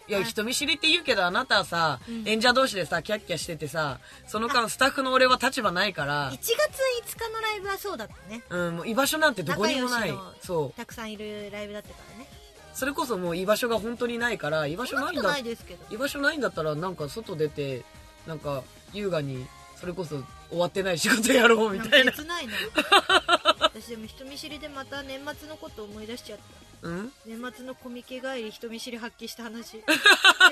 [SPEAKER 2] いや、
[SPEAKER 1] はい
[SPEAKER 2] 人見知りって言うけど、あなたはさ、
[SPEAKER 1] うん
[SPEAKER 2] 演者同士でさ、キャッキャしててさ、その間、スタッフの俺は立場ないか
[SPEAKER 1] 1
[SPEAKER 2] ら、
[SPEAKER 1] 月5日のライブはそうだったね
[SPEAKER 2] うん、もう居場所なんてどこにもな
[SPEAKER 1] 仲
[SPEAKER 2] い
[SPEAKER 1] 良し。の
[SPEAKER 2] そう。
[SPEAKER 1] たくさんいるライブだったからね
[SPEAKER 2] それこそもう居場所が本当にないから、居場
[SPEAKER 1] そ
[SPEAKER 2] 所
[SPEAKER 1] んな
[SPEAKER 2] な
[SPEAKER 1] こ
[SPEAKER 2] いん
[SPEAKER 1] と
[SPEAKER 2] だ
[SPEAKER 1] な、いですけど
[SPEAKER 2] 居場所ないんだったら、なんか外出て、なんか優雅に、それこそ終わってない仕事やろうみたい
[SPEAKER 1] ん
[SPEAKER 2] な
[SPEAKER 1] か。切ないな私でも人見知りでまた年末のこと思い出しちゃった
[SPEAKER 2] うん
[SPEAKER 1] 年末のコミケ帰り人見知り発揮した 話で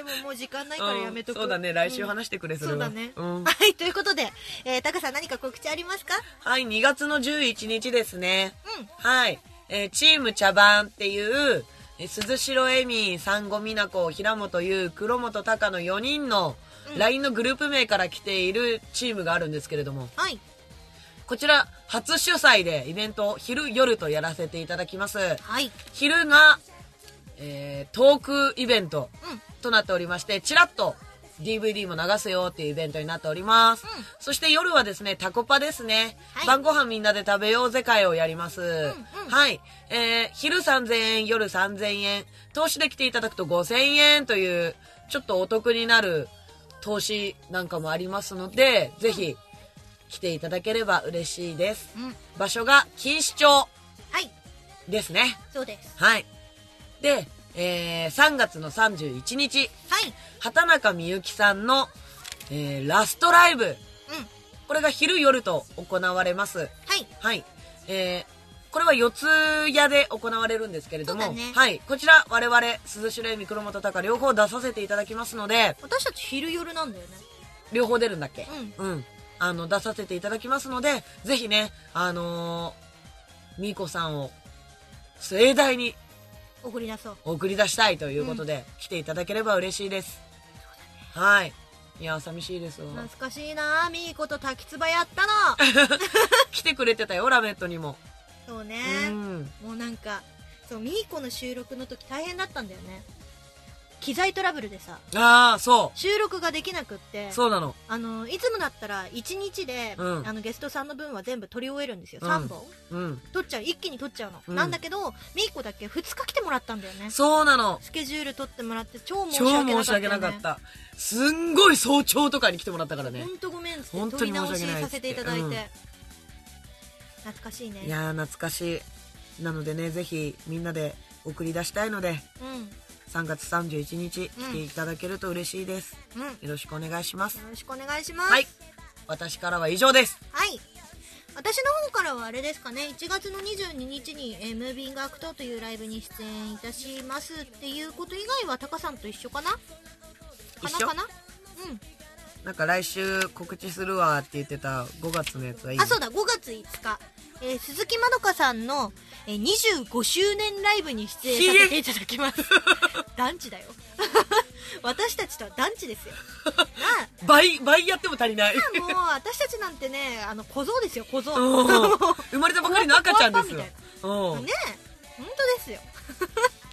[SPEAKER 1] ももう時間ないからやめとく、
[SPEAKER 2] うんそうだね、来週話してくれ、
[SPEAKER 1] うん
[SPEAKER 2] それ
[SPEAKER 1] そう
[SPEAKER 2] は。
[SPEAKER 1] だね、
[SPEAKER 2] うん
[SPEAKER 1] は。いということで、えー、タカさん何か告知ありますか
[SPEAKER 2] はい、2月の11日ですね。
[SPEAKER 1] うん
[SPEAKER 2] はい。えーチーム茶番っていう、え鈴代恵美、産後美奈子、平本優、黒本隆の4人の
[SPEAKER 1] うん
[SPEAKER 2] LINE のグループ名から来ているチームがあるんですけれども、
[SPEAKER 1] はい。
[SPEAKER 2] こちら初主催でイベントを昼夜とやらせていただきます。
[SPEAKER 1] はい。
[SPEAKER 2] 昼が、えートークイベント
[SPEAKER 1] うん。
[SPEAKER 2] となっておりまして、ちらっと DVD も流すよっていうイベントになっております。
[SPEAKER 1] うん
[SPEAKER 2] そして夜はですね、タコパですね。
[SPEAKER 1] はい
[SPEAKER 2] 晩ご飯みんなで食べようぜ会をやります。
[SPEAKER 1] うん
[SPEAKER 2] はい。えー昼3000円、夜3000円、投資で来ていただくと5000円という、ちょっとお得になる投資なんかもありますので、ぜひ来ていただければ嬉しいです。
[SPEAKER 1] うん。
[SPEAKER 2] 場所が錦糸町
[SPEAKER 1] はい。
[SPEAKER 2] ですね。
[SPEAKER 1] そうです。
[SPEAKER 2] はい。で、えー3月の31日、
[SPEAKER 1] はい。
[SPEAKER 2] 畑中みゆきさんの、えーラストライブ。
[SPEAKER 1] うん。
[SPEAKER 2] これが昼夜と行われます。
[SPEAKER 1] はい。
[SPEAKER 2] はい。えーこれは四谷で行われるんですけれど
[SPEAKER 1] そう
[SPEAKER 2] も、
[SPEAKER 1] だね
[SPEAKER 2] はい。こちら、我々、鈴代恵美、黒本隆、両方出させていただきますので、
[SPEAKER 1] 私たち昼夜なんだよね。
[SPEAKER 2] 両方出るんだっけ
[SPEAKER 1] う
[SPEAKER 2] うん。あの、出させていただきますので、ぜひね、あのー、みーこさんを、盛大に
[SPEAKER 1] 送り出そう。
[SPEAKER 2] 送り出したいということで、来ていただければ嬉しいです。はい。いや、寂しいですわ。
[SPEAKER 1] 懐かしいなみーこと滝つばやったの。
[SPEAKER 2] 来てくれてたよ、ラメットにも。
[SPEAKER 1] そうね。
[SPEAKER 2] うん。
[SPEAKER 1] もうなんか、そう、みーこの収録の時大変だったんだよね。機材トラブルでさ、
[SPEAKER 2] ああ、そ
[SPEAKER 1] 収録ができなくって
[SPEAKER 2] う。、そうなの。
[SPEAKER 1] あの、いつもだったら1日で、
[SPEAKER 2] うん
[SPEAKER 1] あの、ゲストさんの分は全部撮り終えるんですよ。
[SPEAKER 2] うん
[SPEAKER 1] 3本。
[SPEAKER 2] うん。
[SPEAKER 1] 撮っちゃう、一気に撮っちゃうの。
[SPEAKER 2] うん
[SPEAKER 1] なんだけど、みーこだけ2日来てもらったんだよね。
[SPEAKER 2] そうなの。
[SPEAKER 1] スケジュール取ってもらって超申し
[SPEAKER 2] 超
[SPEAKER 1] 訳なかった、ね。
[SPEAKER 2] 申し訳なかった。すんごい早朝とかに来てもらったからね
[SPEAKER 1] ほ。んとごめんっつって
[SPEAKER 2] 本
[SPEAKER 1] 撮
[SPEAKER 2] 当
[SPEAKER 1] り
[SPEAKER 2] に申し訳
[SPEAKER 1] 直
[SPEAKER 2] ない
[SPEAKER 1] しさせていただいて、
[SPEAKER 2] うん
[SPEAKER 1] 懐かしいね
[SPEAKER 2] いやー、懐かしい。なのでね、ぜひみんなで送り出したいので、
[SPEAKER 1] う
[SPEAKER 2] 3月31日
[SPEAKER 1] うん
[SPEAKER 2] 来ていただけると嬉しいです。
[SPEAKER 1] んうんよ
[SPEAKER 2] よろしくお願いします。
[SPEAKER 1] ろしくお願いします
[SPEAKER 2] はい。私からは以上です。
[SPEAKER 1] はい私の方からはあれですかね1月の22日に、えームービングアクトというライブに出演いたしますっていうこと以外はタカさんと一緒かなかな
[SPEAKER 2] 一緒
[SPEAKER 1] かなうん
[SPEAKER 2] なんか来週告知するわって言ってた5月のやつはいい
[SPEAKER 1] あそうだ5月5日、えー鈴木まどかさんの、えー25周年ライブに出演させていただき ます団地だよ 私たちとは団地 ですよな
[SPEAKER 2] 倍、倍やっても足りない。
[SPEAKER 1] あもう私たちなんてねあの小僧ですよ小僧
[SPEAKER 2] うん 生まれたばかりの赤ちゃんですよ
[SPEAKER 1] パパみ。
[SPEAKER 2] うん
[SPEAKER 1] ねえ本当ですよ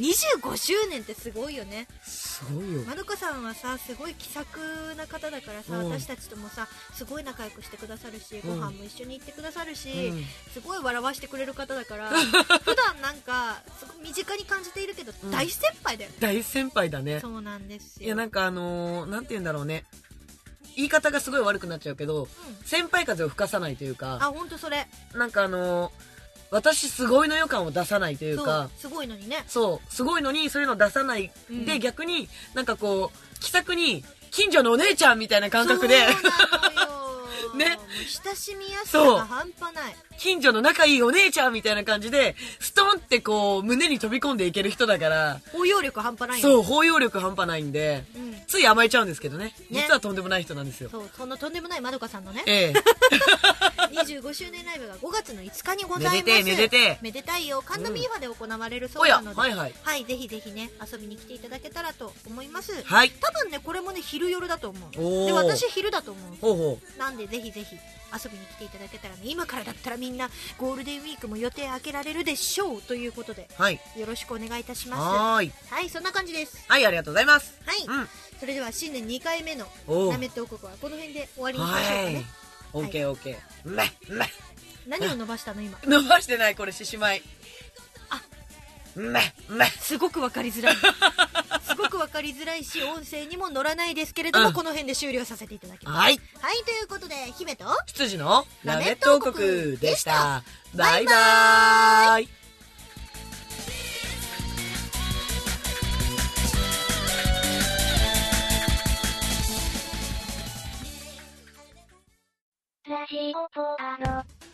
[SPEAKER 1] 25周年ってすごいよね
[SPEAKER 2] すごいよ。
[SPEAKER 1] まどかさんはさすごい気さくな方だからさ、
[SPEAKER 2] うん
[SPEAKER 1] 私たちともさすごい仲良くしてくださるし、
[SPEAKER 2] うん
[SPEAKER 1] ご飯も一緒に行ってくださるし、
[SPEAKER 2] うん
[SPEAKER 1] すごい笑わしてくれる方だから 普段なんかすごい身近に感じているけど、
[SPEAKER 2] うん
[SPEAKER 1] 大先輩だよね
[SPEAKER 2] 大先輩だね。
[SPEAKER 1] そうなんですよ
[SPEAKER 2] いや、なんかあのー、なんて言うんだろうね。言い方がすごい悪くなっちゃうけど、
[SPEAKER 1] うん
[SPEAKER 2] 先輩風を吹かさないという
[SPEAKER 1] あ
[SPEAKER 2] か、
[SPEAKER 1] 本当それ
[SPEAKER 2] なんかあのー、私すごいの予感を出さないという
[SPEAKER 1] そう
[SPEAKER 2] か、
[SPEAKER 1] すごいのにね
[SPEAKER 2] そう、すごいのにそういうの出さない。
[SPEAKER 1] うん
[SPEAKER 2] で、逆になんかこう、気さくに、近所のお姉ちゃんみたいな感覚で、
[SPEAKER 1] そうなのよ
[SPEAKER 2] ね
[SPEAKER 1] もう親しみやすさ
[SPEAKER 2] そう
[SPEAKER 1] が半端ない
[SPEAKER 2] 近所の仲いいお姉ちゃんみたいな感じで、ストンってこう、胸に飛び込んでいける人だから、
[SPEAKER 1] 包容力半端ないよ
[SPEAKER 2] そう、包容力半端ないんで、
[SPEAKER 1] うん、
[SPEAKER 2] つい甘えちゃうんですけどね。
[SPEAKER 1] ね
[SPEAKER 2] 実はとんでもない人なんですよ。
[SPEAKER 1] そうそのとんでもないまどかさんのね
[SPEAKER 2] ええ。
[SPEAKER 1] 25周年ライブが5月の5日にございます
[SPEAKER 2] めでてえめでてえ
[SPEAKER 1] めでたいよ神田ミーファで行われ るそ
[SPEAKER 2] お
[SPEAKER 1] う
[SPEAKER 2] や、
[SPEAKER 1] なので、
[SPEAKER 2] はいはい。
[SPEAKER 1] はい、ぜひぜひね遊びに来ていただけたらと思います
[SPEAKER 2] はい。
[SPEAKER 1] 多分ねこれもね昼夜だと思
[SPEAKER 2] お
[SPEAKER 1] う
[SPEAKER 2] ー
[SPEAKER 1] で私昼だと思う
[SPEAKER 2] ほうほ
[SPEAKER 1] なんでぜひぜひ遊びに来ていただけたらね今からだったらみんなゴールデンウィークも予定開けられるでしょうということで
[SPEAKER 2] う。はい。
[SPEAKER 1] よろしくお願いいたしま
[SPEAKER 2] はーい。
[SPEAKER 1] すはいそんな感じです
[SPEAKER 2] はい、ありがとうございます。
[SPEAKER 1] はい、
[SPEAKER 2] うん。
[SPEAKER 1] それでは新年2回目の
[SPEAKER 2] おう
[SPEAKER 1] なめって王国はこの辺で終わりにしましょうか
[SPEAKER 2] は
[SPEAKER 1] ね
[SPEAKER 2] い。オッケーオッケー。うめ、うめ。
[SPEAKER 1] 何を伸ばしたの今
[SPEAKER 2] 伸ばしてない、これ、獅子舞。
[SPEAKER 1] あ、
[SPEAKER 2] うめ、うめ。
[SPEAKER 1] すごくわかりづらいすごくわかりづらいし音声にも乗らないですけれども、
[SPEAKER 2] うん
[SPEAKER 1] この辺で終了させていただきます
[SPEAKER 2] はい。
[SPEAKER 1] はいということで姫と
[SPEAKER 2] 羊の
[SPEAKER 1] ラ
[SPEAKER 2] ラ
[SPEAKER 1] メ
[SPEAKER 2] メ
[SPEAKER 1] ッ
[SPEAKER 2] ッ
[SPEAKER 1] ト
[SPEAKER 2] ト
[SPEAKER 1] 王
[SPEAKER 2] 王
[SPEAKER 1] 国
[SPEAKER 2] 国
[SPEAKER 1] で
[SPEAKER 2] で
[SPEAKER 1] し
[SPEAKER 2] したた。バイバーイ。
[SPEAKER 3] ラジオポアド。